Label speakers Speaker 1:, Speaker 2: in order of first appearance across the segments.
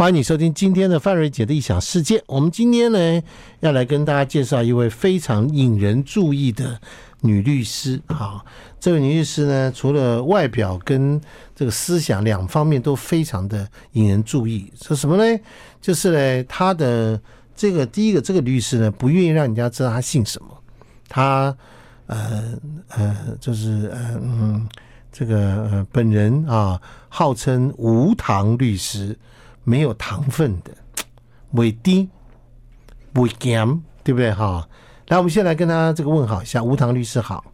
Speaker 1: 欢迎你收听今天的范瑞杰的异想世界。我们今天呢，要来跟大家介绍一位非常引人注意的女律师。好，这位女律师呢，除了外表跟这个思想两方面都非常的引人注意。是什么呢？就是呢，她的这个第一个，这个律师呢，不愿意让人家知道她姓什么。她呃呃，就是呃嗯，这个、呃、本人啊，号称无糖律师。没有糖分的，尾低尾咸，对不对哈？来，我们先来跟他这个问好一下，吴唐律师好，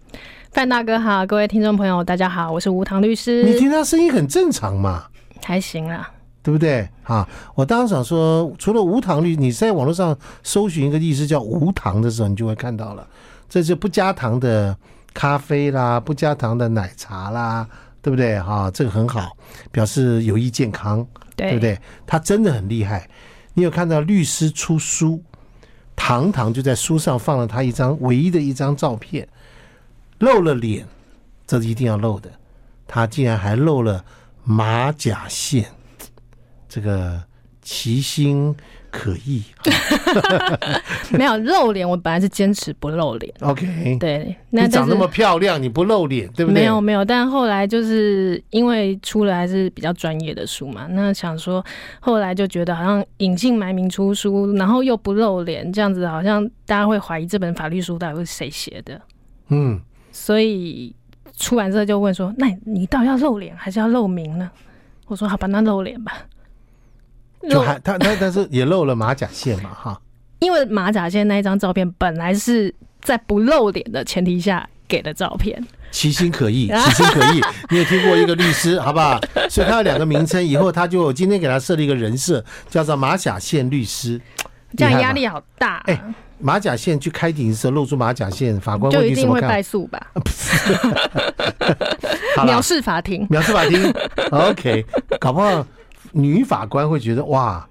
Speaker 2: 范大哥好，各位听众朋友大家好，我是吴唐律师。
Speaker 1: 你听他声音很正常嘛，
Speaker 2: 还行啦，
Speaker 1: 对不对哈？我当时想说，除了无糖律，你在网络上搜寻一个律师叫无糖的时候，你就会看到了，这是不加糖的咖啡啦，不加糖的奶茶啦，对不对哈？这个很好，表示有益健康。
Speaker 2: 对
Speaker 1: 对不对？他真的很厉害。你有看到律师出书，堂堂就在书上放了他一张唯一的一张照片，露了脸，这是一定要露的。他竟然还露了马甲线，这个其心可异。
Speaker 2: 没有露脸，我本来是坚持不露脸。
Speaker 1: OK，
Speaker 2: 对，那
Speaker 1: 嗯你
Speaker 2: 但
Speaker 1: 长
Speaker 2: 是
Speaker 1: 那么漂亮，你不露脸，对不对？
Speaker 2: 没有没有，但后来就是因为出了还是比较专业的书嘛，那想说后来就觉得好像隐姓埋名出书，然后又不露脸，这样子好像大家会怀疑这本法律书到底是谁写的，
Speaker 1: 嗯，
Speaker 2: 所以出版社就问说，那你到底要露脸还是要露名呢？我说好吧，那露脸吧。
Speaker 1: 就
Speaker 2: 露
Speaker 1: 还他他但是也露了马甲线嘛，哈。
Speaker 2: 因为马甲线那一张照片本来是在不露脸的前提下给的照片，
Speaker 1: 其心可 异，其心可异。你也听过一个律师，好不好？所以他有两个名称，以后他就我今天给他设立一个人设，叫做马甲线律师。
Speaker 2: 这样
Speaker 1: 厉害
Speaker 2: 压
Speaker 1: 吧
Speaker 2: 力好大，啊
Speaker 1: 哎马甲线去开庭的时候露出马甲线，法官
Speaker 2: 就
Speaker 1: 问
Speaker 2: 一
Speaker 1: 你怎
Speaker 2: 定
Speaker 1: 么
Speaker 2: 会
Speaker 1: 看？啊
Speaker 2: 败诉吧？
Speaker 1: 好
Speaker 2: 藐
Speaker 1: 了，
Speaker 2: 视法庭，
Speaker 1: 藐视法庭。OK，搞不好女法官会觉得哇，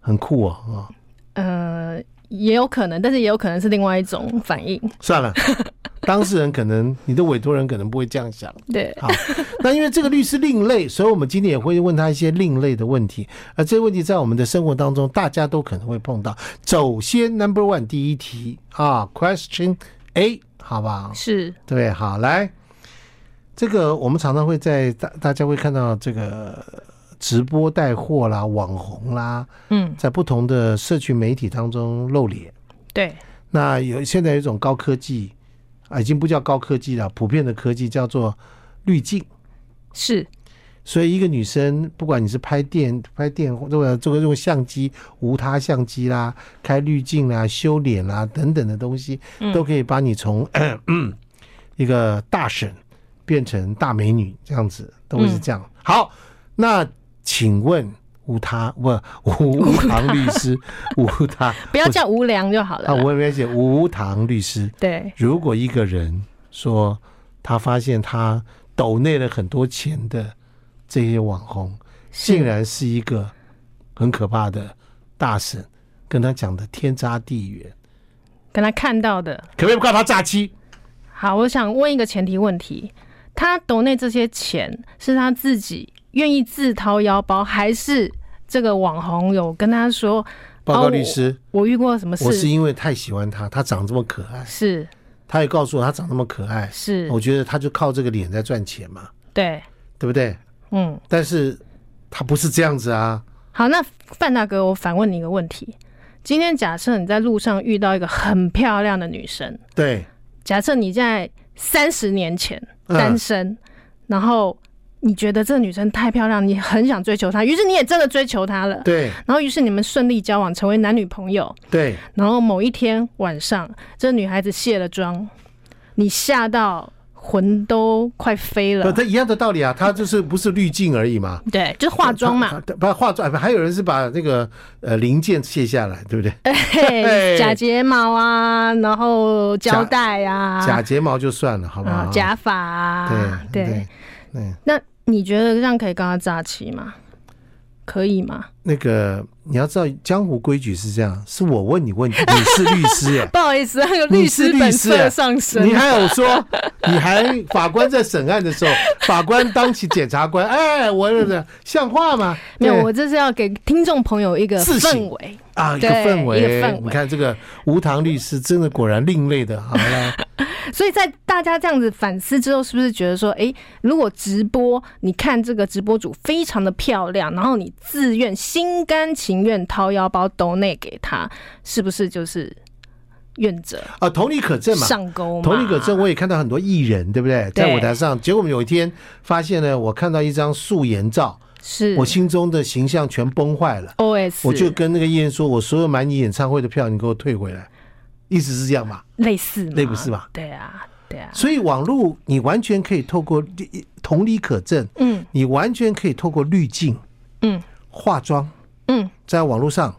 Speaker 1: 很酷哦。哦
Speaker 2: 呃，也有可能，但是也有可能是另外一种反应。
Speaker 1: 算了，当事人可能你的委托人可能不会这样想。
Speaker 2: 对，
Speaker 1: 好， 那因为这个律师另类，所以我们今天也会问他一些另类的问题，而这些问题在我们的生活当中，大家都可能会碰到。首先，Number One 第一题啊，Question A，好吧？
Speaker 2: 是
Speaker 1: 对，好，来，这个我们常常会在大大家会看到这个直播带货啦、网红啦，
Speaker 2: 嗯，
Speaker 1: 在不同的社区媒体当中露脸。
Speaker 2: 对，
Speaker 1: 那有现在有一种高科技啊，已经不叫高科技了，普遍的科技叫做滤镜。
Speaker 2: 是
Speaker 1: 所以一个女生，不管你是拍电拍电或者这个用相机、无他相机啦、开滤镜啦、修脸啦等等的东西，
Speaker 2: 嗯
Speaker 1: 都可以把你从、 一个大婶变成大美女这样子，都会是这样。
Speaker 2: 嗯
Speaker 1: 好，那请问无他不无无糖律师无他
Speaker 2: 不要叫无良就好了
Speaker 1: 啊，
Speaker 2: 啦。
Speaker 1: 我也没写无糖律师。
Speaker 2: 对，
Speaker 1: 如果一个人说他发现他抖内了很多钱的这些网红，
Speaker 2: 是
Speaker 1: 竟然是一个很可怕的大神，跟他讲的天差地远，
Speaker 2: 跟他看到的。
Speaker 1: 可不可以告他诈欺？
Speaker 2: 好，我想问一个前提问题：他抖内这些钱是他自己愿意自掏腰包，还是这个网红有跟他说？
Speaker 1: 报告
Speaker 2: 哦
Speaker 1: 律师，
Speaker 2: 我遇过什么事？
Speaker 1: 我是因为太喜欢他，他长这么可爱，
Speaker 2: 是
Speaker 1: 他也告诉我他长那么可爱，
Speaker 2: 是
Speaker 1: 我觉得他就靠这个脸在赚钱嘛，
Speaker 2: 对，
Speaker 1: 对不对？
Speaker 2: 嗯，
Speaker 1: 但是他不是这样子啊，
Speaker 2: 好，那范大哥，我反问你一个问题：今天假设你在路上遇到一个很漂亮的女生，
Speaker 1: 对，
Speaker 2: 假设你在三十年前
Speaker 1: 嗯
Speaker 2: 单身，然后你觉得这女生太漂亮，你很想追求她，于是你也真的追求她了，
Speaker 1: 对
Speaker 2: 然后于是你们顺利交往，成为男女朋友，
Speaker 1: 对，
Speaker 2: 然后某一天晚上，这女孩子卸了妆，你吓到魂都快飞
Speaker 1: 不，
Speaker 2: 了，
Speaker 1: 他一样的道理啊，他就是不是滤镜而已嘛。
Speaker 2: 对，就是化妆嘛，
Speaker 1: 他，不化妆，哎还有人是把那个呃零件卸下来，对不对？
Speaker 2: 嘿，假睫毛啊，然后胶带啊，
Speaker 1: 假睫毛就算了，好不好
Speaker 2: 啊，？假发啊，
Speaker 1: 对对对，
Speaker 2: 那你觉得这样可以跟他诈欺吗？可以吗？
Speaker 1: 那个你要知道，江湖规矩是这样，是我问你问题，你是律师耶
Speaker 2: ，不好意思，那个
Speaker 1: 你
Speaker 2: 律
Speaker 1: 是
Speaker 2: 师
Speaker 1: 律
Speaker 2: 本
Speaker 1: 师哎
Speaker 2: 色上身
Speaker 1: 你，还有说，你还法官在审案的时候，法官当起检察官，哎，我这像话吗？
Speaker 2: 没有，
Speaker 1: 对
Speaker 2: 我这是要给听众朋友一个
Speaker 1: 自省
Speaker 2: 氛围。
Speaker 1: 啊，一个氛
Speaker 2: 对一个氛
Speaker 1: 围
Speaker 2: 围，
Speaker 1: 你看这个无糖律师真的果然另类的，好了，
Speaker 2: 所以在大家这样子反思之后，是不是觉得说，诶，如果直播，你看这个直播主非常的漂亮，然后你自愿、心甘情愿掏腰包抖内给他，是不是就是愿者
Speaker 1: 啊，同理可证嘛，
Speaker 2: 上钩嘛？
Speaker 1: 同理可证，我也看到很多艺人，对不对？
Speaker 2: 对
Speaker 1: 在舞台上，结果我们有一天发现呢，我看到一张素颜照，
Speaker 2: 是
Speaker 1: 我心中的形象全崩坏了，
Speaker 2: OS，
Speaker 1: 我就跟那个艺人说，我所有买你演唱会的票，你给我退回来，意思是这样嘛？
Speaker 2: 类似嘛，
Speaker 1: 类不是吧？
Speaker 2: 对啊，对啊，
Speaker 1: 所以网络你完全可以透过利同理可证，
Speaker 2: 嗯
Speaker 1: 你完全可以透过滤镜、
Speaker 2: 嗯
Speaker 1: 化妆，
Speaker 2: 嗯，
Speaker 1: 在网络上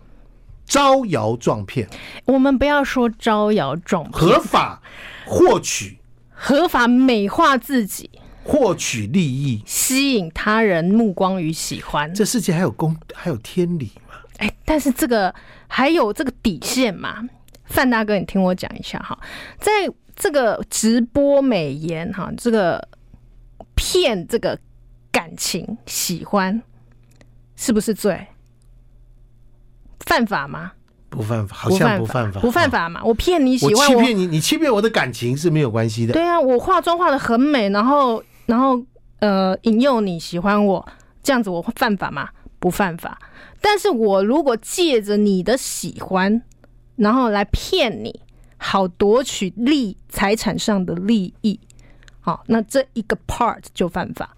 Speaker 1: 招摇撞骗，
Speaker 2: 我们不要说招摇撞骗，
Speaker 1: 合法获取
Speaker 2: 合法美化自己，
Speaker 1: 获取利益。
Speaker 2: 吸引他人目光与喜欢。
Speaker 1: 这世界还有公还有天理嘛？
Speaker 2: 哎，但是这个还有这个底线嘛？范大哥，你听我讲一下哈，在这个直播美颜哈，这个骗这个感情喜欢，是不是罪？犯法吗？
Speaker 1: 不犯法，好像不犯法，
Speaker 2: 不犯
Speaker 1: 啊。
Speaker 2: 法嘛？我骗你
Speaker 1: 我
Speaker 2: 喜欢
Speaker 1: 欺骗你，你欺骗我的感情是没有关系的。
Speaker 2: 对啊，我化妆化的很美，然后然后呃引诱你喜欢我，这样子我会犯法吗？不犯法。但是我如果借着你的喜欢，然后来骗你，好夺取利财产上的利益，好，那这一个 part 就犯法。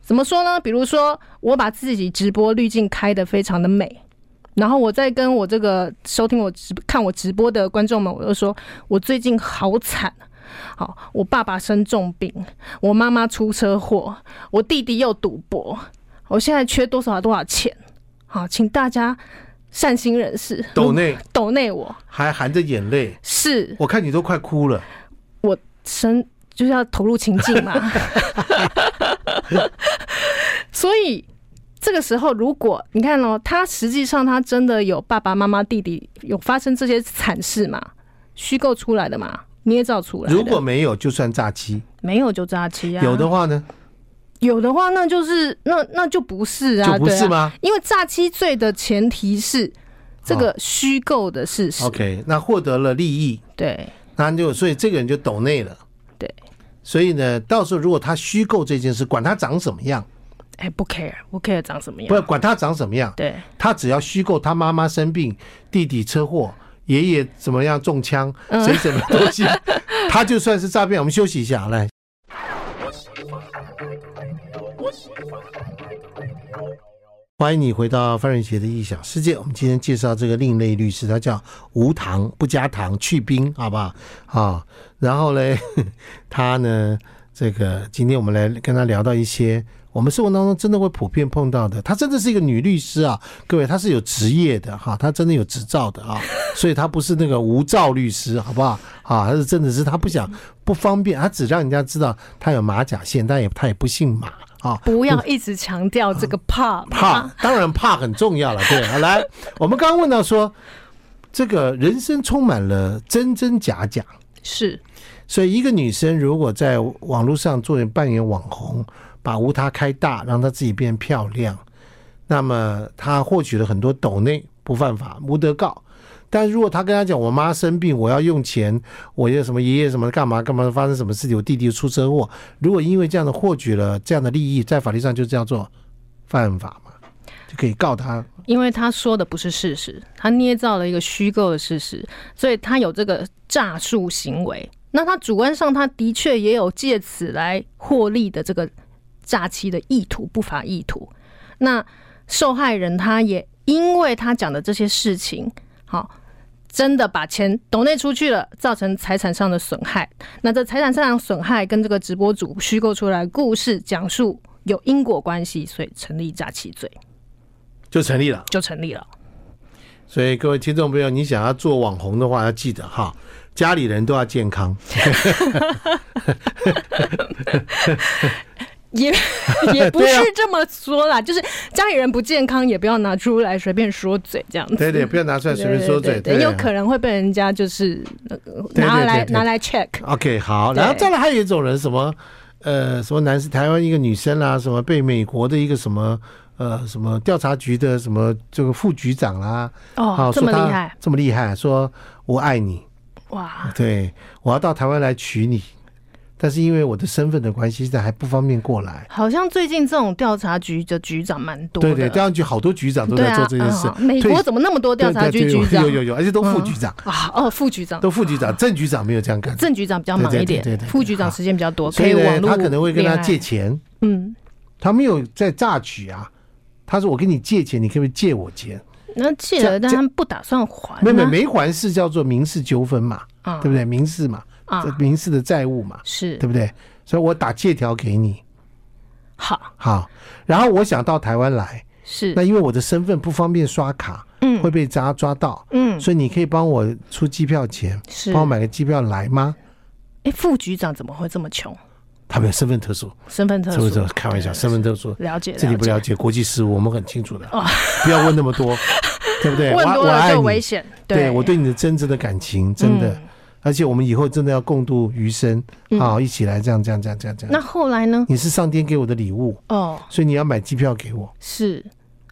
Speaker 2: 怎么说呢？比如说，我把自己直播滤镜开的非常的美，然后我再跟我这个收听我直看我直播的观众们，我就说我最近好惨，好，我爸爸生重病，我妈妈出车祸，我弟弟又赌博，我现在缺多少多少钱？好，请大家善心人士
Speaker 1: 抖内
Speaker 2: 抖内我
Speaker 1: 还含着眼泪，
Speaker 2: 是
Speaker 1: 我看你都快哭了。
Speaker 2: 生就是要投入情境嘛。 所以这个时候，如果你看哦，他实际上他真的有爸爸妈妈、弟弟有发生这些惨事嘛，虚构出来的嘛，捏造出来的。
Speaker 1: 如果没有，就算诈欺；
Speaker 2: 没有就诈欺啊，
Speaker 1: 有的话呢，
Speaker 2: 有的话，那就是那那就不是啊，
Speaker 1: 就不是
Speaker 2: 对啊？
Speaker 1: 吗
Speaker 2: 因为诈欺罪的前提是这
Speaker 1: 哦
Speaker 2: 个虚构的事实，
Speaker 1: ？OK，那获得了利益，
Speaker 2: 对
Speaker 1: 那就所以这个人就抖内了。
Speaker 2: 对，
Speaker 1: 所以呢，到时候如果他虚构这件事，管他长什么样，
Speaker 2: 哎，不 care，不 care 长什么样，
Speaker 1: 不管他长什么样，
Speaker 2: 对
Speaker 1: 他只要虚构他妈妈生病、弟弟车祸、爷爷怎么样中枪，谁什么东西，他就算是诈骗。我们休息一下，来。欢迎你回到范瑞杰的异想世界。我们今天介绍这个另类律师，他叫无糖不加糖去冰，好不好？啊，然后嘞， 他呢，这个今天我们来跟他聊到一些我们生活当中真的会普遍碰到的。她真的是一个女律师啊，各位，她是有职业的哈，她真的有执照的啊， 所以她不是那个无照律师，好不好？啊，她是真的是她不想不方便，她只让人家知道她有马甲线，但也她也不姓马啊。
Speaker 2: 不要一直强调这个怕
Speaker 1: 怕，当然怕很重要了。对，好来，我们刚刚问到说，这个人生充满了真真假假，
Speaker 2: 是
Speaker 1: 所以一个女生如果在网络上做扮演网红，把无她开大，让她自己变漂亮，那么她获取了很多抖内，不犯法，无得告。但如果她跟她讲，我妈生病，我要用钱，我要什么爷爷什么干嘛干嘛，发生什么事情，我弟弟出车祸，如果因为这样的获取了这样的利益，在法律上就叫做犯法嘛，就可以告她。
Speaker 2: 因为他说的不是事实，他捏造了一个虚构的事实，所以他有这个诈术行为。那他主观上，他的确也有借此来获利的这个诈欺的意图、不法意图。那受害人他也因为他讲的这些事情，好，真的把钱抖内出去了，造成财产上的损害。那这财产上的损害跟这个直播主虚构出来的故事讲述有因果关系，所以成立诈欺罪
Speaker 1: 就成立了。
Speaker 2: 就成立了。
Speaker 1: 所以各位听众朋友，你想要做网红的话，要记得哈，家里人都要健康。
Speaker 2: 也 也不
Speaker 1: 对
Speaker 2: 是
Speaker 1: 啊
Speaker 2: 这么说啦，就是家里人不健康也不要拿出来随便说嘴这样子。
Speaker 1: 对对，不要拿出来随便说嘴，
Speaker 2: 对，
Speaker 1: 对
Speaker 2: 有可能会被人家就是呃
Speaker 1: 对
Speaker 2: 拿来
Speaker 1: 对对
Speaker 2: 拿来 check。
Speaker 1: OK，好，
Speaker 2: 对
Speaker 1: 然后再来还有一种人，什么呃，什么男是台湾一个女生啦、什么被美国的一个什么呃什么调查局的什么这个副局长啦、
Speaker 2: 哦
Speaker 1: 好，
Speaker 2: 这
Speaker 1: 说
Speaker 2: 么
Speaker 1: 她
Speaker 2: 厉害啊
Speaker 1: 这么厉害，说我爱你，
Speaker 2: 哇！
Speaker 1: 对我要到台湾来娶你，但是因为我的身份的关系，现在还不方便过来。
Speaker 2: 好像最近这种调查局的局长蛮多的，
Speaker 1: 对对，调查局好多局长都
Speaker 2: 对
Speaker 1: 在
Speaker 2: 啊
Speaker 1: 做这件事，
Speaker 2: 嗯美
Speaker 1: 退
Speaker 2: 国怎么那么多调查
Speaker 1: 对
Speaker 2: 局
Speaker 1: 对
Speaker 2: 局
Speaker 1: 对
Speaker 2: 长嗯
Speaker 1: 有有有，而且都副局长，
Speaker 2: 啊？哦，副局长、
Speaker 1: 都副局长，正局长没有这样干。
Speaker 2: 正局长比较忙一点
Speaker 1: 对对对对，对
Speaker 2: 副局长时间比较多，
Speaker 1: 所
Speaker 2: 可以
Speaker 1: 以呢
Speaker 2: 网，络
Speaker 1: 他可能会跟他
Speaker 2: 恋爱
Speaker 1: 借。钱，
Speaker 2: 嗯，
Speaker 1: 他没有在榨取啊。他说：“我跟你借钱，你可不可以借我钱
Speaker 2: 那借
Speaker 1: 这
Speaker 2: 了，
Speaker 1: 样
Speaker 2: 但他们不打算还、啊。？”
Speaker 1: 没没没还是叫做民事纠纷嘛，
Speaker 2: 啊，
Speaker 1: 对不对？民事嘛，
Speaker 2: 啊
Speaker 1: 这，民事的债务嘛，
Speaker 2: 是
Speaker 1: 对不对？所以我打借条给你，
Speaker 2: 好
Speaker 1: 好。然后我想到台湾来，
Speaker 2: 是
Speaker 1: 那因为我的身份不方便刷卡，
Speaker 2: 嗯
Speaker 1: 会被抓抓到，
Speaker 2: 嗯
Speaker 1: 所以你可以帮我出机票钱，
Speaker 2: 是
Speaker 1: 帮我买个机票来吗？
Speaker 2: 哎，副局长怎么会这么穷？
Speaker 1: 他们有身份特殊，
Speaker 2: 身份特
Speaker 1: 身份特
Speaker 2: 殊
Speaker 1: 殊，开玩笑，身份特殊，
Speaker 2: 了解
Speaker 1: 这里不
Speaker 2: 解
Speaker 1: 了解国际事务，我们很清楚的，不要问那么 多，对不对？我
Speaker 2: 问多
Speaker 1: 我
Speaker 2: 了
Speaker 1: 爱
Speaker 2: 就
Speaker 1: 你
Speaker 2: 危险。
Speaker 1: 对我对你的真挚的感情，真的，
Speaker 2: 嗯
Speaker 1: 而且我们以后真的要共度余生，
Speaker 2: 嗯
Speaker 1: 好、一起来这样这样这样这样这样。
Speaker 2: 那后来呢？
Speaker 1: 你是上天给我的礼物，
Speaker 2: 哦，
Speaker 1: 所以你要买机票给我。
Speaker 2: 是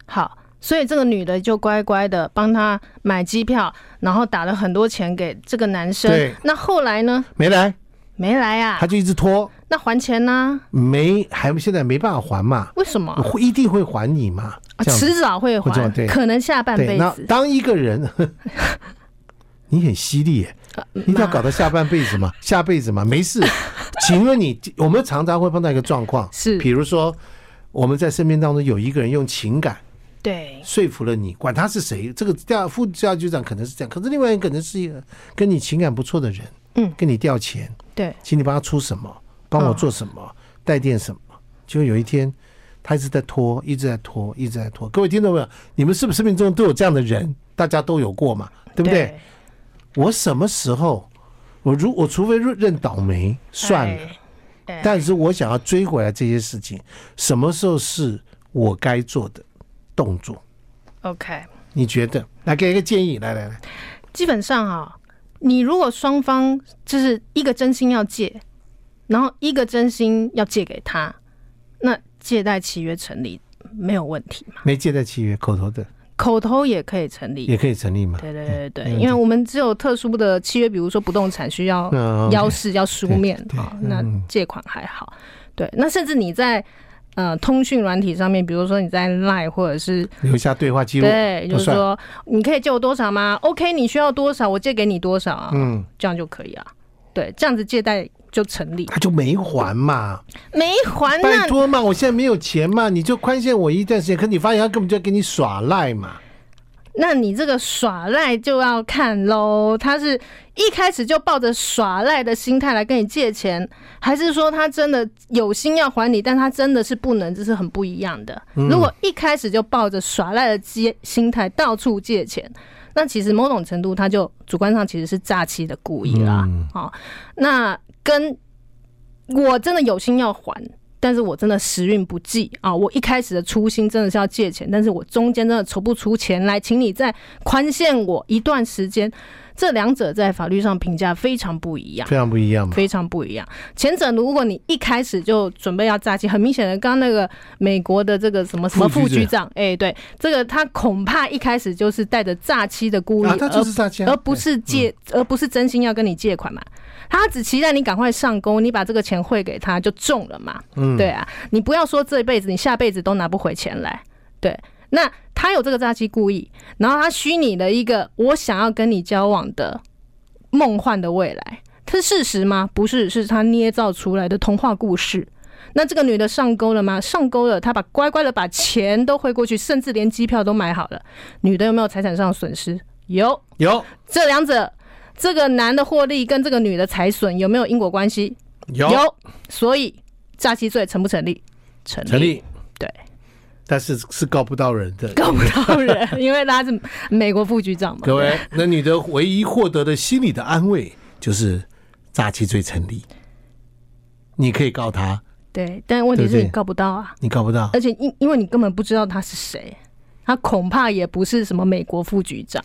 Speaker 2: 好，所以这个女的就乖乖的帮他买机票，然后打了很多钱给这个男生
Speaker 1: 对。
Speaker 2: 那后来呢？
Speaker 1: 没来，
Speaker 2: 没来啊
Speaker 1: 他？就一直拖，
Speaker 2: 那还钱呢、
Speaker 1: 没还现在没办法还嘛，
Speaker 2: 为什么
Speaker 1: 我？会一定会还你嘛，
Speaker 2: 啊
Speaker 1: 这样子。
Speaker 2: 迟早会
Speaker 1: 会这样
Speaker 2: 还
Speaker 1: 对，
Speaker 2: 可能下半
Speaker 1: 对，
Speaker 2: 辈
Speaker 1: 那
Speaker 2: 子。
Speaker 1: 当一个人， 你很犀利 耶，
Speaker 2: 啊
Speaker 1: 你一定要搞到下半辈子嘛，下辈子嘛，没事。请问你，我们常常会碰到一个状况，
Speaker 2: 是
Speaker 1: 比如说我们在身边当中有一个人用情感
Speaker 2: 对，
Speaker 1: 说服了你，管他是谁，这个调副教局长可能是这样，可是另外一个人可能是一个跟你情感不错的人，
Speaker 2: 嗯，
Speaker 1: 跟你调钱，
Speaker 2: 对，
Speaker 1: 请你帮他出什么，帮我做什
Speaker 2: 嗯
Speaker 1: 么，带电什么。结果有一天，他一直在拖，一直在拖，一直在拖。各位听众朋友，你们是不是生命中都有这样的人？大家都有过嘛，
Speaker 2: 嗯
Speaker 1: 对不对？我什么时候，我如我除非认认倒霉算了，
Speaker 2: 哎哎
Speaker 1: 但是我想要追回来这些事情，什么时候是我该做的动作？
Speaker 2: OK，
Speaker 1: 你觉得？来给一个建议，来来来，
Speaker 2: 基本上啊，你如果双方就是一个真心要借，然后一个真心要借给他，那借贷契约成立没有问题嘛？
Speaker 1: 没借贷契约，口头的
Speaker 2: 口头也可以成立。
Speaker 1: 也可以成立嘛？
Speaker 2: 对对
Speaker 1: 没
Speaker 2: 对对对，
Speaker 1: 问题
Speaker 2: 因为我们只有特殊的契约，比如说不动产需要
Speaker 1: 嗯
Speaker 2: 要事要书面
Speaker 1: 对
Speaker 2: 啊，
Speaker 1: 对
Speaker 2: 那
Speaker 1: 嗯
Speaker 2: 借款还好。对，那甚至你在呃通讯软体上面，比如说你在 Line 或者是
Speaker 1: 留下对话记录，
Speaker 2: 对，
Speaker 1: 都
Speaker 2: 就是
Speaker 1: 哦算
Speaker 2: 说你可以借我多少吗？OK，你需要多少，我借给你多少啊，
Speaker 1: 嗯，
Speaker 2: 这样就可以啊。对，这样子借贷就成立，
Speaker 1: 他就没还嘛。
Speaker 2: 没还
Speaker 1: 拜
Speaker 2: 那
Speaker 1: 托嘛，我现在没有钱嘛，你就宽限我一段时间。可你发现他根本就在给你耍赖嘛，
Speaker 2: 那你这个耍赖就要看喽，他是一开始就抱着耍赖的心态来跟你借钱，还是说他真的有心要还你，但他真的是不能，这是很不一样的。
Speaker 1: 嗯
Speaker 2: 如果一开始就抱着耍赖的借心态到处借钱，那其实某种程度他就主观上其实是啊诈欺的故意
Speaker 1: 嗯
Speaker 2: 啦。好、那跟我真的有心要还。但是我真的时运不济啊！我一开始的初心真的是要借钱，但是我中间真的筹不出钱来，请你再宽限我一段时间。这两者在法律上评价非常不一样，
Speaker 1: 非常不一样嘛。
Speaker 2: 非常不一样。前者如果你一开始就准备要诈欺，很明显的，刚刚那个美国的这个什么什么
Speaker 1: 副
Speaker 2: 副
Speaker 1: 局
Speaker 2: 局长，哎，对，这个他恐怕一开始就是带着诈欺的故意，
Speaker 1: 啊，他
Speaker 2: 而
Speaker 1: 就是诈欺啊，
Speaker 2: 而不是借，而不是真心要跟你借款嘛。他只期待你赶快上钩，你把这个钱汇给他就中了嘛。
Speaker 1: 嗯
Speaker 2: 对啊，你不要说这辈子，你下辈子都拿不回钱来。对，那他有这个诈欺故意，然后他虚拟了一个我想要跟你交往的梦幻的未来，这是事实吗？不是，是他捏造出来的童话故事。那这个女的上钩了吗？上钩了，她把乖乖的把钱都汇过去，甚至连机票都买好了。女的有没有财产上的损失？有，
Speaker 1: 有
Speaker 2: 这两者，这个男的获利跟这个女的财损有没有因果关系？
Speaker 1: 有
Speaker 2: 所以诈欺罪成不成立？成立，
Speaker 1: 成立，
Speaker 2: 对，
Speaker 1: 但是是告不到人的。
Speaker 2: 告不到人，因为他是美国副局长嘛。
Speaker 1: 各位，那你的唯一获得的心理的安慰就是诈欺罪成立，你可以告他，
Speaker 2: 对，但问题
Speaker 1: 对
Speaker 2: 是
Speaker 1: 不对
Speaker 2: 你告不到啊，
Speaker 1: 你搞不到。
Speaker 2: 而且因因为你根本不知道他是谁，他恐怕也不是什么美国副局长。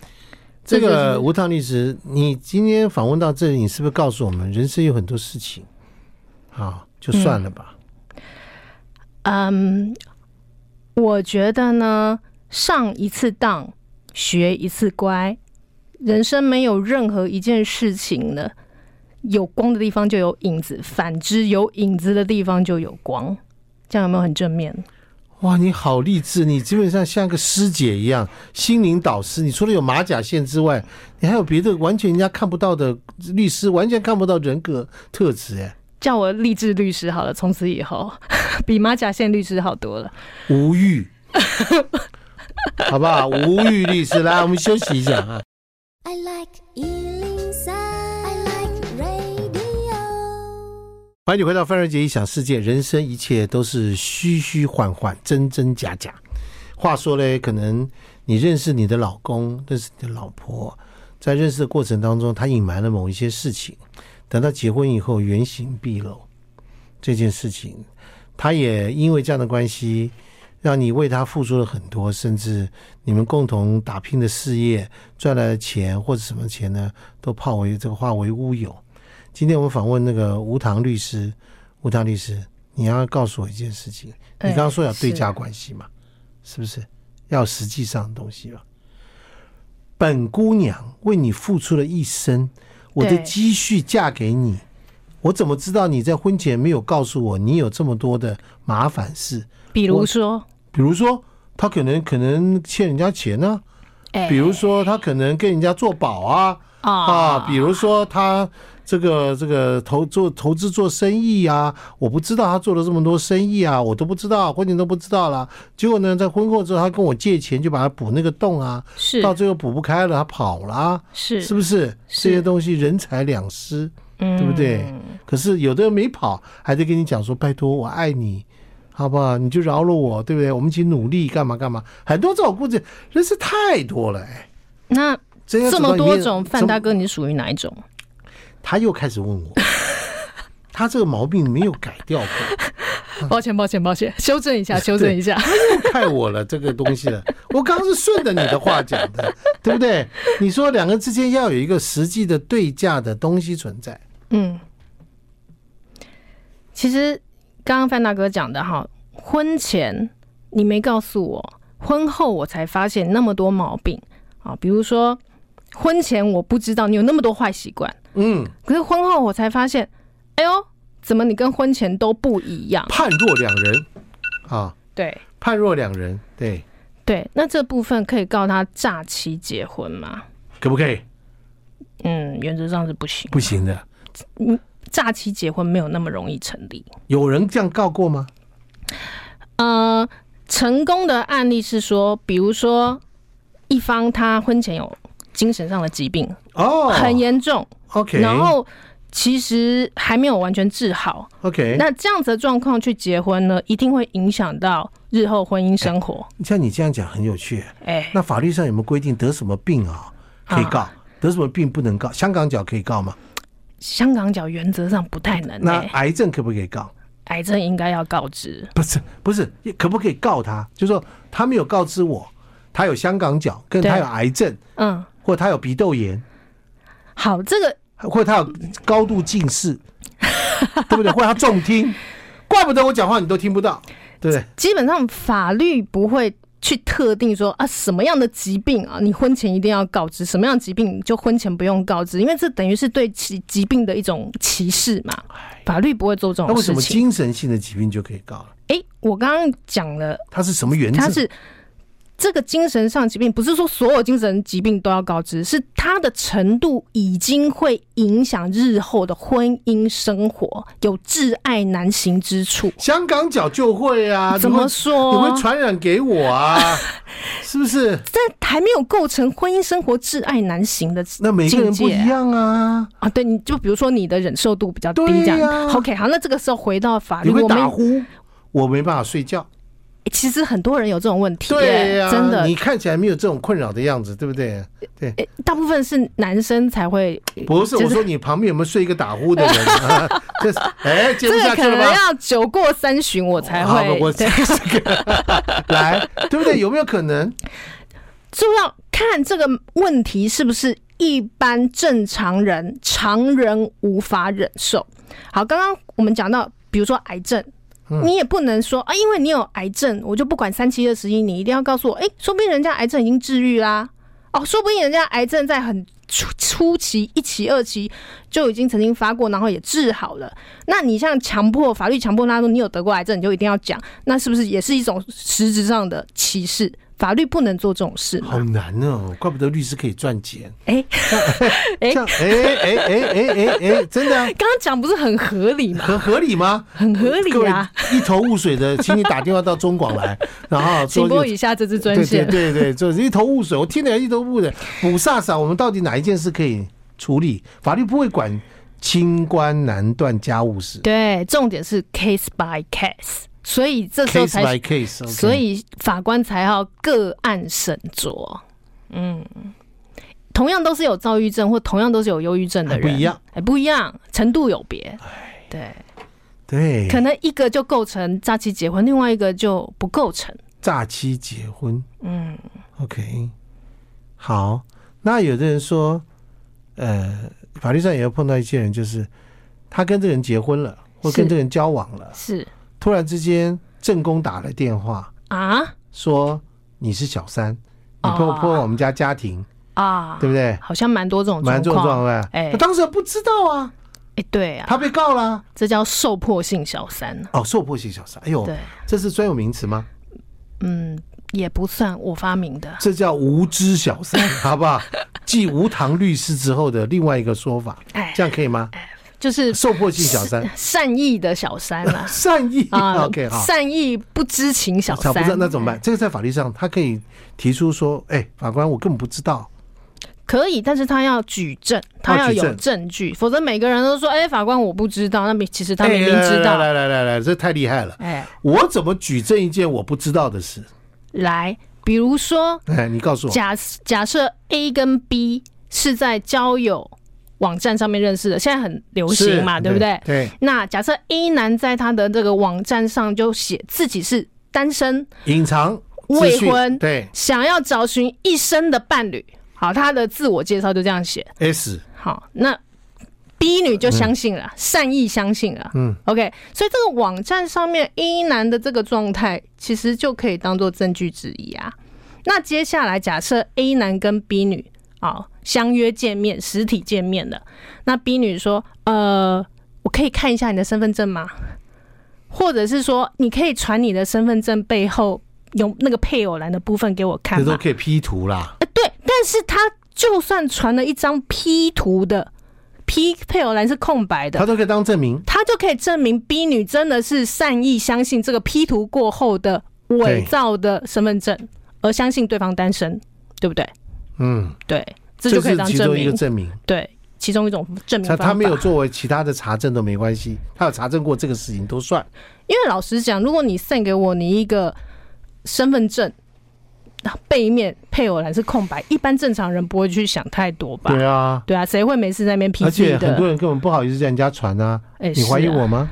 Speaker 1: 这
Speaker 2: 这就是
Speaker 1: 个吴烫律师，你今天访问到这里，你是不是告诉我们，人生有很多事情，啊，就算了吧。
Speaker 2: 嗯，我觉得呢，上一次当，学一次乖，人生没有任何一件事情呢，有光的地方就有影子，反之有影子的地方就有光，这样有没有很正面？
Speaker 1: 哇，你好励志，你基本上像个师姐一样，心灵导师。你除了有马甲线之外，你还有别的完全人家看不到的律师，完全看不到人格特质。哎，
Speaker 2: 叫我励志律师好了，从此以后 比马甲线律师好多了。
Speaker 1: 无 欲，好不好？无欲律师，来，我们休息一下啊。
Speaker 3: I like Ealing Sound. I like radio.
Speaker 1: 欢迎你回到范瑞杰异想世界，人生一切都是虚虚幻幻，真真假假。话说嘞，可能你认识你的老公，认识你的老婆，在认识的过程当中，他隐瞒了某一些事情，等到结婚以后，原形毕露。这件事情，他也因为这样的关系，让你为他付出了很多，甚至你们共同打拼的事业赚来的钱或者什么钱呢，都化为这个化为乌有。今天我们访问那个吴唐律师，吴唐律师，你要告诉我一件事情，你
Speaker 2: 哎
Speaker 1: 刚刚说要对
Speaker 2: 是
Speaker 1: 价关系嘛，是不是？要实际上的东西嘛。本姑娘为你付出了一生，我的
Speaker 2: 对
Speaker 1: 积蓄嫁给你，我怎么知道你在婚前没有告诉我你有这么多的麻烦事？
Speaker 2: 比如说，
Speaker 1: 比如说，他可能可能欠人家钱呢、
Speaker 2: 哎、
Speaker 1: 比如说他可能跟人家做保啊
Speaker 2: 啊
Speaker 1: 啊，比如说他这个这个投做投资做生意啊，我不知道他做了这么多生意啊，我都不知道，婚前都不知道啦。结果呢，在婚后之后，他跟我借钱就把他补那个洞啊，
Speaker 2: 是
Speaker 1: 到最后补不开了，他跑了啊、
Speaker 2: 是
Speaker 1: 是不是？
Speaker 2: 是嗯
Speaker 1: 这些东西人财两失。
Speaker 2: 对
Speaker 1: 对不对？可是有的人没跑，还在跟你讲说：“拜托，我爱你，好不好？你就饶了我，对不对？我们一起努力，干嘛干嘛？”很多这种故事，人是太多了。哎，
Speaker 2: 那
Speaker 1: 真要
Speaker 2: 这
Speaker 1: 走到
Speaker 2: 么
Speaker 1: 里
Speaker 2: 多
Speaker 1: 面
Speaker 2: 种，范
Speaker 1: 怎么
Speaker 2: 大哥，你属于哪一种？
Speaker 1: 他又开始问 我，他这个毛病没有改掉过，啊
Speaker 2: 抱歉，抱歉，抱歉， 修正 一下，修正一下。
Speaker 1: 又害我了这个东西了。我刚刚是顺着你的话讲的，对不对？你说两个之间要有一个实际的对价的东西存在，
Speaker 2: 嗯，其实刚刚范大哥讲的哈，婚前你没告诉我，婚后我才发现那么多毛病啊，比如说婚前我不知道你有那么多坏习惯，
Speaker 1: 嗯，
Speaker 2: 可是婚后我才发现，哎呦，怎么你跟婚前都不一样？
Speaker 1: 判若两人啊，
Speaker 2: 对
Speaker 1: 判若两人，对，
Speaker 2: 对，那这部分可以告他诈欺结婚吗？
Speaker 1: 可不可以？
Speaker 2: 嗯，原则上是不行，
Speaker 1: 不行的。
Speaker 2: 诈欺结婚没有那么容易成立。
Speaker 1: 有人这样告过吗？
Speaker 2: 呃，成功的案例是说，比如说一方他婚前有精神上的疾病，
Speaker 1: 哦，
Speaker 2: 很严重，
Speaker 1: OK，
Speaker 2: 然后其实还没有完全治好。
Speaker 1: OK，
Speaker 2: 那这样子的状况去结婚呢，一定会影响到日后婚姻生活。
Speaker 1: 像你这样讲很有趣。
Speaker 2: 哎、
Speaker 1: 那法律上有没有规定得什么病啊可以告，得什么病不能告？香港脚可以告吗？
Speaker 2: 香港脚原则上不太能、
Speaker 1: 那
Speaker 2: 哎，
Speaker 1: 癌症可不可以告？
Speaker 2: 癌症应该要告知。
Speaker 1: 不是不是，可不可以告他？就说他没有告知我，他有香港脚，跟
Speaker 2: 对
Speaker 1: 他有癌症，
Speaker 2: 嗯，
Speaker 1: 或他有鼻窦 炎，
Speaker 2: 好，这个
Speaker 1: 或他有高度近视，对不对？或他重 听，怪不得我讲话你都听不到，对不对？
Speaker 2: 基本上法律不会去特定说啊什么样的疾病啊，你婚前一定要告知，什么样的疾病你就婚前不用告知，因为这等于是对其疾病的一种歧视嘛。法律不会做这
Speaker 1: 那
Speaker 2: 种
Speaker 1: 为什
Speaker 2: 事
Speaker 1: 么
Speaker 2: 情。
Speaker 1: 精神性的疾病就可以告了？
Speaker 2: 诶，我刚刚讲了，
Speaker 1: 它是什么原则？
Speaker 2: 他是。这个精神上疾病不是说所有精神疾病都要告知，是它的程度已经会影响日后的婚姻生活，有挚爱难行之处。
Speaker 1: 香港脚就会啊，
Speaker 2: 怎么说？
Speaker 1: 你会？你会传染给我啊？是不是？
Speaker 2: 但还没有构成婚姻生活挚爱难行的
Speaker 1: 那每个人不一样啊，
Speaker 2: 啊。对，你就比如说你的忍受度比较低，
Speaker 1: 对
Speaker 2: 这样、
Speaker 1: 呀
Speaker 2: OK。好，那这个时候回到法
Speaker 1: 你
Speaker 2: 律，
Speaker 1: 会
Speaker 2: 我
Speaker 1: 打
Speaker 2: 们
Speaker 1: 呼，我没办法睡觉，
Speaker 2: 其实很多人有这种问题耶，
Speaker 1: 对呀、
Speaker 2: 真的
Speaker 1: 你，看起来没有这种困扰的样子，对不对？
Speaker 2: 诶大部分是男生才会。
Speaker 1: 不是，
Speaker 2: 就
Speaker 1: 我说你旁边有没有睡一个打呼的人？啊这是哎，接
Speaker 2: 这
Speaker 1: 不
Speaker 2: 个
Speaker 1: 下
Speaker 2: 可
Speaker 1: 去了
Speaker 2: 能
Speaker 1: 吗？
Speaker 2: 要酒过三巡我才
Speaker 1: 好吧
Speaker 2: 会，
Speaker 1: 我
Speaker 2: 对
Speaker 1: 这个来，对不对？有没有可能？
Speaker 2: 就要看这个问题是不是一般正常人常人无法忍受。好，刚刚我们讲到，比如说癌症。
Speaker 1: 嗯
Speaker 2: 你也不能说啊，因为你有癌症，我就不管三七二十一，你一定要告诉我，哎、说不定人家癌症已经治愈啦，哦，说不定人家癌症在很初初期、一期、二期就已经曾经发过，然后也治好了。那你像强迫法律强迫他说你有得过癌症，你就一定要讲，那是不是也是一种实质上的歧视？法律不能做这种事
Speaker 1: 好
Speaker 2: 嘛？
Speaker 1: 难哦，怪不得律师可以赚钱。
Speaker 2: 哎
Speaker 1: 这样，哎哎哎哎哎哎，真的啊、
Speaker 2: 刚刚讲不是很合理吗？
Speaker 1: 很合理吗？
Speaker 2: 很合理啊！
Speaker 1: 各位一头雾水的，请你打电话到中广 来，然后
Speaker 2: 请
Speaker 1: 说
Speaker 2: 拨以下这支专
Speaker 1: 对对
Speaker 2: 线。
Speaker 1: 对对，就是一头雾水，我听得一头雾的。补萨萨，我们到底哪一件事可以处理？法律不会管清官难断家务事
Speaker 2: 对，重点是 case by case，所以这时候
Speaker 1: ，case
Speaker 2: 才
Speaker 1: by case，OK
Speaker 2: 所以法官才要个案审酌。嗯，同样都是有躁郁症或同样都是有忧郁症的
Speaker 1: 还不
Speaker 2: 人，
Speaker 1: 一样，哎
Speaker 2: 哎，不一样，程度有别。对，
Speaker 1: 对，
Speaker 2: 可能一个就构成诈欺结婚，另外一个就不构成。
Speaker 1: 诈欺结婚
Speaker 2: 嗯，
Speaker 1: ，OK，好。那有的人说，呃，法律上也会碰到一些人，就是他跟这个人结婚了，或跟
Speaker 2: 是
Speaker 1: 这个人交往了，
Speaker 2: 是
Speaker 1: 突然之间正宫打来电话
Speaker 2: 啊
Speaker 1: 说你是小三，你破
Speaker 2: 哦
Speaker 1: 破坏我们家家庭，
Speaker 2: 啊，
Speaker 1: 对不对？
Speaker 2: 好像蛮多这种
Speaker 1: 蛮
Speaker 2: 状
Speaker 1: 重
Speaker 2: 哦况。
Speaker 1: 状的，
Speaker 2: 哎
Speaker 1: 我当时不知道啊，
Speaker 2: 哎，对啊，
Speaker 1: 他被告啦。
Speaker 2: 这叫受迫性小三。
Speaker 1: 哦，受迫性小三，哎呦，
Speaker 2: 对，
Speaker 1: 这是专有名词吗？
Speaker 2: 嗯，也不算我发明的。
Speaker 1: 这叫无知小 三，好不好？继无糖律师之后的另外一个说法，
Speaker 2: 哎
Speaker 1: 这，样可以吗？
Speaker 2: 就是
Speaker 1: 受迫性小三，。
Speaker 2: 善意的小三 啊
Speaker 1: 善意
Speaker 2: 啊
Speaker 1: ，OK，好。
Speaker 2: 善意不知情小
Speaker 1: 不
Speaker 2: 三，哎
Speaker 1: 知道那怎么办？这个在法律上，他可以提出说：“哎，法官，我根本不知道。
Speaker 2: 可以，但是他要举证，
Speaker 1: 哦
Speaker 2: 他要有证据，否则每个人都说：“哎、法官，我不知道。”那明其实”他明明知道。
Speaker 1: 哎来来来来来，这太厉害了！
Speaker 2: 哎、
Speaker 1: 我怎么举证一件我不知道的事？
Speaker 2: 来，比如说，
Speaker 1: 哎，你告诉我，
Speaker 2: 假假设 A 跟 B 是在交友网站上面认识的，现在很流行嘛，
Speaker 1: 是
Speaker 2: 对不对？
Speaker 1: 对，
Speaker 2: 那假设 A 男在他的这个网站上就写自己是单身，
Speaker 1: 隐藏资
Speaker 2: 未
Speaker 1: 讯
Speaker 2: 婚
Speaker 1: 对
Speaker 2: 想要找寻一生的伴侣。好，他的自我介绍就这样写。
Speaker 1: S
Speaker 2: 好，那 B 女就相信了，善意相信了。
Speaker 1: 嗯
Speaker 2: ，OK，所以这个网站上面 A 男的这个状态，其实就可以当做证据之一啊。那接下来，假设 A 男跟 B 女啊、相约见面，实体见面了，那 B 女说：“呃，我可以看一下你的身份证吗？”或者是说，你可以传你的身份证背后有那个配偶栏的部分给我看
Speaker 1: 这
Speaker 2: 吗
Speaker 1: 都？可以 P 图啦。
Speaker 2: 呃，对，但是他就算传了一张 P 图的 P 配偶栏是空白
Speaker 1: 他
Speaker 2: 的，
Speaker 1: 都可以当证明。
Speaker 2: 他就可以证明 B 女真的是善意相信这个 P 图过后的伪造的身份证，而相信对方单身，对不对？
Speaker 1: 嗯，
Speaker 2: 对，这就可以
Speaker 1: 是
Speaker 2: 当
Speaker 1: 其
Speaker 2: 证
Speaker 1: 中一个
Speaker 2: 明，
Speaker 1: 证明。
Speaker 2: 对，其中一种证明
Speaker 1: 他
Speaker 2: 方法。
Speaker 1: 他没有作为其他的查证都没关系，他有查证过这个事情都算。
Speaker 2: 因为老实讲，如果你送给我你一个身份证，那背面配偶栏是空白，一般正常人不会去想太多吧？
Speaker 1: 对啊，
Speaker 2: 对啊，谁会没事在那边 P
Speaker 1: 而
Speaker 2: 自己
Speaker 1: 且
Speaker 2: 的？
Speaker 1: 很多人根本不好意思在人家传啊。
Speaker 2: 哎、
Speaker 1: 你怀疑
Speaker 2: 是啊
Speaker 1: 我吗？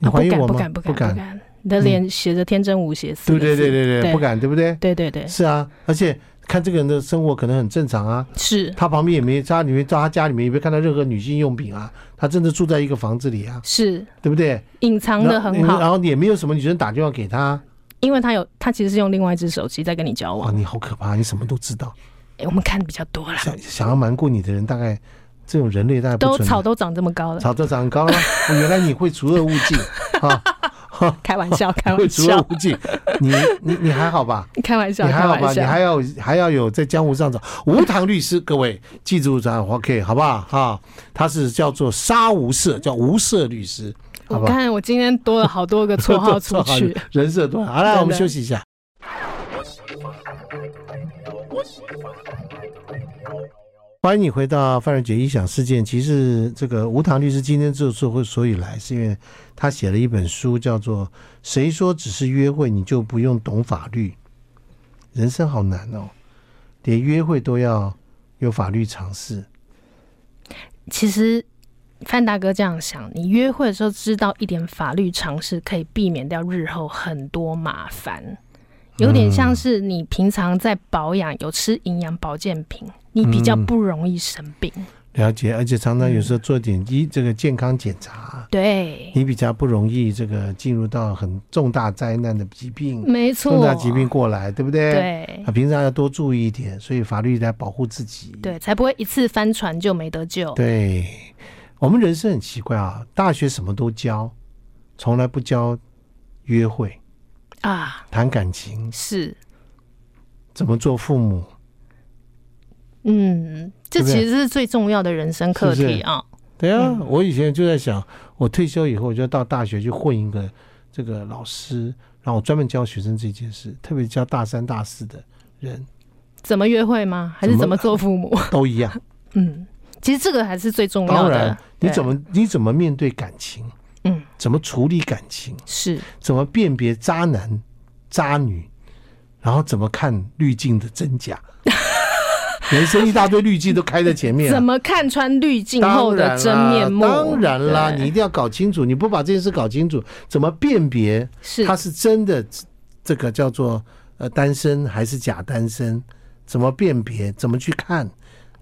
Speaker 1: 你
Speaker 2: 啊
Speaker 1: 怀疑我吗？
Speaker 2: 不敢，不敢，不敢，不敢。你的脸写着天真无邪四
Speaker 1: 对
Speaker 2: 个字，
Speaker 1: 对对对对，
Speaker 2: 对
Speaker 1: 不敢，对不对？
Speaker 2: 对对对，
Speaker 1: 是啊，而且看这个人的生活可能很正常啊，
Speaker 2: 是
Speaker 1: 他旁边也没他里面到他家里面也没看到任何女性用品啊，他真的住在一个房子里啊，
Speaker 2: 是
Speaker 1: 对不对？
Speaker 2: 隐藏的很
Speaker 1: 然后
Speaker 2: 好，
Speaker 1: 然后也没有什么女生打电话给他，
Speaker 2: 因为他有他其实是用另外一只手机在跟你交
Speaker 1: 哇，
Speaker 2: 往。
Speaker 1: 你好可怕，你什么都知道。
Speaker 2: 哎，我们看的比较多啦，
Speaker 1: 想想要瞒过你的人，大概这种人类大概啊不
Speaker 2: 都
Speaker 1: 存
Speaker 2: 草都长这么高了，
Speaker 1: 草都长很高了吗？哦原来你会除恶务尽啊，
Speaker 2: 开玩 笑， 开
Speaker 1: 会
Speaker 2: 玩
Speaker 1: 除恶
Speaker 2: 笑，
Speaker 1: 务尽，你你你还好 吧？
Speaker 2: 开玩笑，
Speaker 1: 你还
Speaker 2: 开
Speaker 1: 好吧？
Speaker 2: 玩
Speaker 1: 你
Speaker 2: 笑
Speaker 1: 还。要还要有在江湖上找无糖律师，各位记住这样 OK 好不好？哈，他是叫做杀无赦，叫无赦律师，好
Speaker 2: 我
Speaker 1: 不好？
Speaker 2: 看我今天多了 好多个绰号
Speaker 1: 绰
Speaker 2: 出去，，
Speaker 1: 人设多好。好了，
Speaker 2: 真的
Speaker 1: 我们休息一下。欢迎你回到范瑞杰异想事件。其实这个吴唐律师今天之所会所以来，是因为他写了一本书，叫做《谁说只是约会你就不用懂法律》。人生好难哦，连约会都要有法律常识。
Speaker 2: 其实范大哥这样想，你约会的时候知道一点法律常识，可以避免掉日后很多麻烦。有点像是你平常在保养，有吃营养保健品，你比较不容易生病。
Speaker 1: 了解，而且常常有时候做点一这个健康检查，
Speaker 2: 对，
Speaker 1: 你比较不容易这个进入到很重大灾难的疾病，
Speaker 2: 嗯没错。
Speaker 1: 嗯重大疾病过来，对不对？。
Speaker 2: 对
Speaker 1: 啊，平常要多注意一点，所以法律来保护自己。
Speaker 2: 对，才不会一次翻船就没得救。
Speaker 1: 对，我们人生很奇怪啊，大学什么都教，从来不教约会、
Speaker 2: 啊，
Speaker 1: 谈感情、
Speaker 2: 是，
Speaker 1: 怎么做父母。
Speaker 2: 嗯，这
Speaker 1: 对不对
Speaker 2: 其实是最重要的人生课
Speaker 1: 是不
Speaker 2: 题
Speaker 1: 是
Speaker 2: 啊。
Speaker 1: 对啊，我以前就在想，我退休以后我就到大学去混一个这个老师，然后我专门教学生这件事，特别教大三、大四的人
Speaker 2: 怎么约会吗？还是
Speaker 1: 怎
Speaker 2: 怎
Speaker 1: 么
Speaker 2: 么做父母？
Speaker 1: 都一样。
Speaker 2: 嗯，其实这个还是最重要
Speaker 1: 当
Speaker 2: 的
Speaker 1: 然。，你
Speaker 2: 对
Speaker 1: 怎么你怎么面对感情，
Speaker 2: 嗯，
Speaker 1: 怎么处理感情，
Speaker 2: 是
Speaker 1: 怎么辨别渣男、渣女，然后怎么看滤镜的真 假？人生一大堆滤镜都开在前面啊、
Speaker 2: 怎么看穿滤镜后
Speaker 1: 当然
Speaker 2: 的
Speaker 1: 啦
Speaker 2: 真面目？
Speaker 1: 当然啦，
Speaker 2: 对
Speaker 1: 你一定要搞清楚，你不把这件事搞清楚，怎么辨别
Speaker 2: 是
Speaker 1: 他是真的这个叫做呃单身还是假单身？怎么辨别？怎么去看？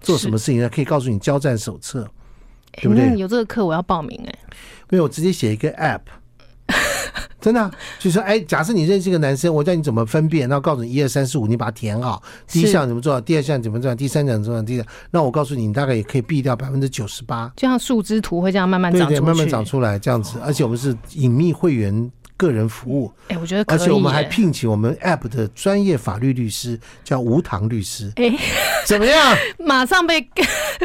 Speaker 1: 做什么事情呢？可以告诉你交战手册，对不对
Speaker 2: 诶哎那有这个课我要报名哎、
Speaker 1: 没有，我直接写一个 app。真的啊、就说哎，假设你认识一个男生，我教你怎么分辨，然后告诉你一二三四五，你把它填好，第一
Speaker 2: 是
Speaker 1: 项怎么做，第二项怎么做，第三项怎么做，第四项，那我告诉你，你大概也可以避掉百分之九十八，
Speaker 2: 就像树枝图会这样慢慢
Speaker 1: 对
Speaker 2: 长出
Speaker 1: 对，
Speaker 2: 去，哦
Speaker 1: 慢慢长出来这样子。而且我们是隐秘会员个人服务，
Speaker 2: 哎、我觉得可
Speaker 1: 而
Speaker 2: 以、
Speaker 1: 且我们还
Speaker 2: 哎
Speaker 1: 聘请我们 app 的专业法律律师，叫吴唐律师，
Speaker 2: 哎、
Speaker 1: 怎么样？
Speaker 2: 马上被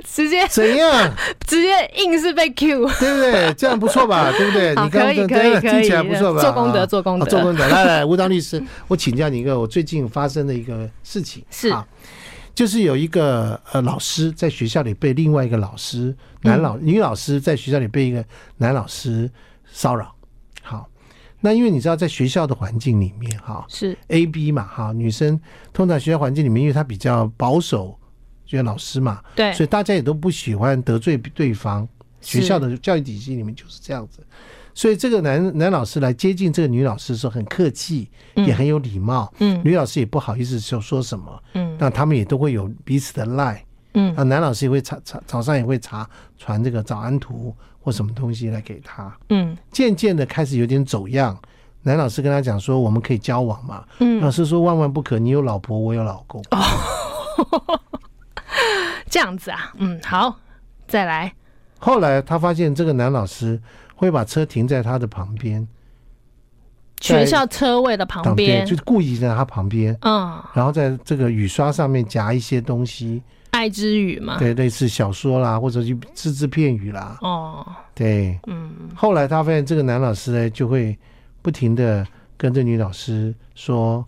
Speaker 2: 直接
Speaker 1: 怎样？
Speaker 2: 直接硬是被 Q，
Speaker 1: 对不对？这样不错吧？对不对？
Speaker 2: 好
Speaker 1: 你刚刚
Speaker 2: 可以
Speaker 1: 真的
Speaker 2: 可以
Speaker 1: 听起来
Speaker 2: 可以
Speaker 1: 不错吧？
Speaker 2: 做功德
Speaker 1: 啊
Speaker 2: 做功
Speaker 1: 啊
Speaker 2: 德
Speaker 1: 做功德。来来，吴当律师，我请教你一个我最近发生的一个事情，
Speaker 2: 是
Speaker 1: 啊，就是有一个呃老师在学校里被另外一个老师男
Speaker 2: 嗯
Speaker 1: 老女老师在学校里被一个男老师骚扰。好，那因为你知道在学校的环境里面哈，
Speaker 2: 是
Speaker 1: A、B 嘛，哈，女生通常学校环境里面，因为她比较保守，就是老师嘛，
Speaker 2: 对
Speaker 1: 所以大家也都不喜欢得罪对方。学
Speaker 2: 是
Speaker 1: 校的教育体系里面就是这样子，所以这个男男老师来接近这个女老师的时候很客气，也很有礼貌，
Speaker 2: 嗯
Speaker 1: 女老师也不好意思说说什么，
Speaker 2: 嗯
Speaker 1: 那他们也都会有彼此的赖，
Speaker 2: 嗯
Speaker 1: 啊，男老师也会查查早上也会查传这个早安图或什么东西来给他，
Speaker 2: 嗯
Speaker 1: 渐渐的开始有点走样。男老师跟他讲说：“我们可以交往嘛？”
Speaker 2: 嗯哦
Speaker 1: 老师说：“万万不可，你有老婆，我有老公。
Speaker 2: 这样子啊，嗯好，再来
Speaker 1: 后来他发现这个男老师会把车停在他的旁边，在
Speaker 2: 学校车位的旁边，
Speaker 1: 就是故意在他旁边，
Speaker 2: 嗯，
Speaker 1: 然后在这个雨刷上面夹一些东西，
Speaker 2: 爱之语嘛，
Speaker 1: 对，类似小说啦，或者就只字片语啦，
Speaker 2: 哦，
Speaker 1: 对。
Speaker 2: 嗯
Speaker 1: 后来他发现这个男老师呢，就会不停的跟这女老师说：“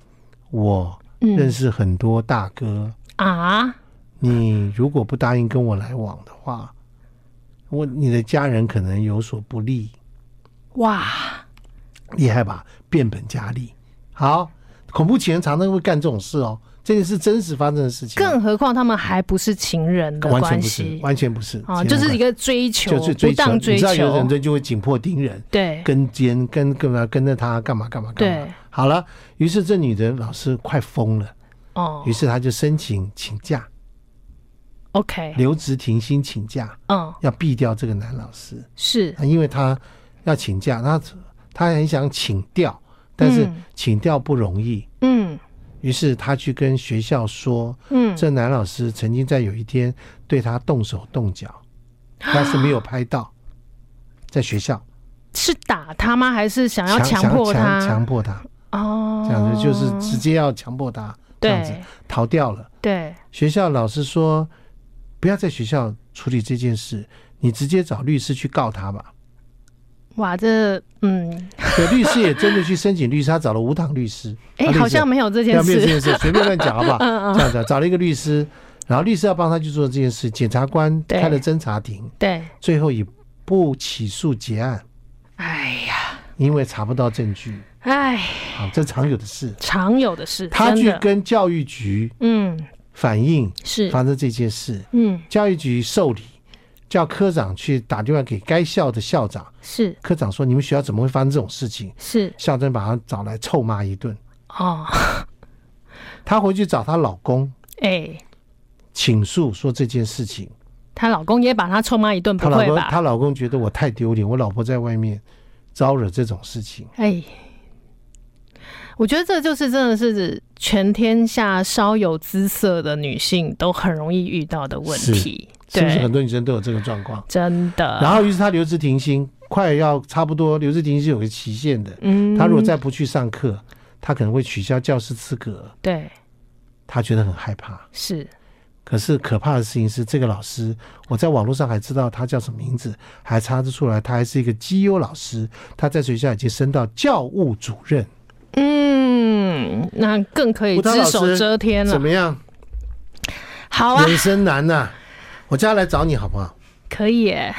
Speaker 1: 我认
Speaker 2: 嗯
Speaker 1: 识很多大哥。
Speaker 2: 啊，
Speaker 1: 你如果不答应跟我来往的话，我你的家人可能有所不利，
Speaker 2: 哇，
Speaker 1: 厉害吧？变本加厉。好，恐怖情人常常会干这种事哦，这件事真实发生的事情哦，
Speaker 2: 更何况他们还不是情人的
Speaker 1: 完全
Speaker 2: 关
Speaker 1: 不是，
Speaker 2: 系
Speaker 1: 完全不是
Speaker 2: 啊，就是一
Speaker 1: 个
Speaker 2: 个追求，
Speaker 1: 就是追
Speaker 2: 不
Speaker 1: 求，
Speaker 2: 当追
Speaker 1: 你知道有的
Speaker 2: 求
Speaker 1: 人，就会紧迫盯人，
Speaker 2: 对
Speaker 1: 跟监跟干嘛跟着他干嘛干嘛干嘛
Speaker 2: 对。
Speaker 1: 好了，于是这女的老师快疯了，
Speaker 2: 哦
Speaker 1: 于是她就申请请假，
Speaker 2: ，OK，
Speaker 1: 留职停薪请假，
Speaker 2: 嗯，
Speaker 1: 要毙掉这个男老师。
Speaker 2: 是
Speaker 1: 啊因为他要请假，他他很想请调，但是
Speaker 2: 嗯
Speaker 1: 请调不容易，
Speaker 2: 嗯
Speaker 1: 于是他去跟学校说，
Speaker 2: 嗯，
Speaker 1: 这男老师曾经在有一天对他动手动脚， 但是没有拍到，在学校
Speaker 2: 是打他吗？还是啊想要
Speaker 1: 强
Speaker 2: 强迫
Speaker 1: 强强
Speaker 2: 他？
Speaker 1: 迫他，
Speaker 2: 哦，
Speaker 1: 这样子就是直接要强迫他这样子
Speaker 2: 对
Speaker 1: 逃掉了。
Speaker 2: 对，
Speaker 1: 学校老师说，不要在学校处理这件事，你直接找律师去告他吧。
Speaker 2: 哇，这嗯，
Speaker 1: 可律师也真的去申请律师，他找了无糖律师，
Speaker 2: 哎
Speaker 1: 啊律，师
Speaker 2: 好像没有这件
Speaker 1: 要面这
Speaker 2: 事， 嗯
Speaker 1: 件事，随便乱讲好不好？这样讲，找了一个律师，然后律师要帮他去做这件事，检察官
Speaker 2: 对
Speaker 1: 开了侦查庭，
Speaker 2: 对，
Speaker 1: 最后以不起诉结案，
Speaker 2: 哎呀，
Speaker 1: 因为查不到证据，
Speaker 2: 哎，
Speaker 1: 好，这常有的事。
Speaker 2: 常有的事，
Speaker 1: 他
Speaker 2: 真
Speaker 1: 去
Speaker 2: 的
Speaker 1: 跟教育局
Speaker 2: 嗯
Speaker 1: 反映
Speaker 2: 是
Speaker 1: 发生这件事，
Speaker 2: 嗯
Speaker 1: 教育局受理，叫科长去打电话给该校的校长，
Speaker 2: 是
Speaker 1: 科长说你们学校怎么会发生这种事情？
Speaker 2: 是
Speaker 1: 校长把他找来臭骂一顿，
Speaker 2: 哦，
Speaker 1: 她回去找她老公
Speaker 2: 哎，
Speaker 1: 倾诉说这件事情，
Speaker 2: 她老公也把她臭骂一顿，
Speaker 1: 她
Speaker 2: 不
Speaker 1: 老
Speaker 2: 会
Speaker 1: 公
Speaker 2: 吧？
Speaker 1: 她老公觉得我太丢脸，我老婆在外面招惹这种事情，
Speaker 2: 哎，我觉得这就是真的是全天下稍有姿色的女性都很容易遇到的问题，
Speaker 1: 是不是很
Speaker 2: 对，
Speaker 1: 多女生都有这个状况？
Speaker 2: 真的。
Speaker 1: 然后于是她留职停薪，快要差不多留职停薪是有个期限的，
Speaker 2: 嗯，
Speaker 1: 她如果再不去上课，她可能会取消教师资格，
Speaker 2: 对
Speaker 1: 她觉得很害怕。
Speaker 2: 是
Speaker 1: 可是可怕的事情是，这个老师，我在网络上还知道他叫什么名字，还查得出来，他还是一个绩优老师，他在学校已经升到教务主任，
Speaker 2: 嗯，那更可以
Speaker 1: 吴涛老
Speaker 2: 只
Speaker 1: 师
Speaker 2: 手遮天
Speaker 1: 怎
Speaker 2: 了。
Speaker 1: 么样？
Speaker 2: 好啊，
Speaker 1: 人生难呐、我叫他来找你好不好？
Speaker 2: 可以耶，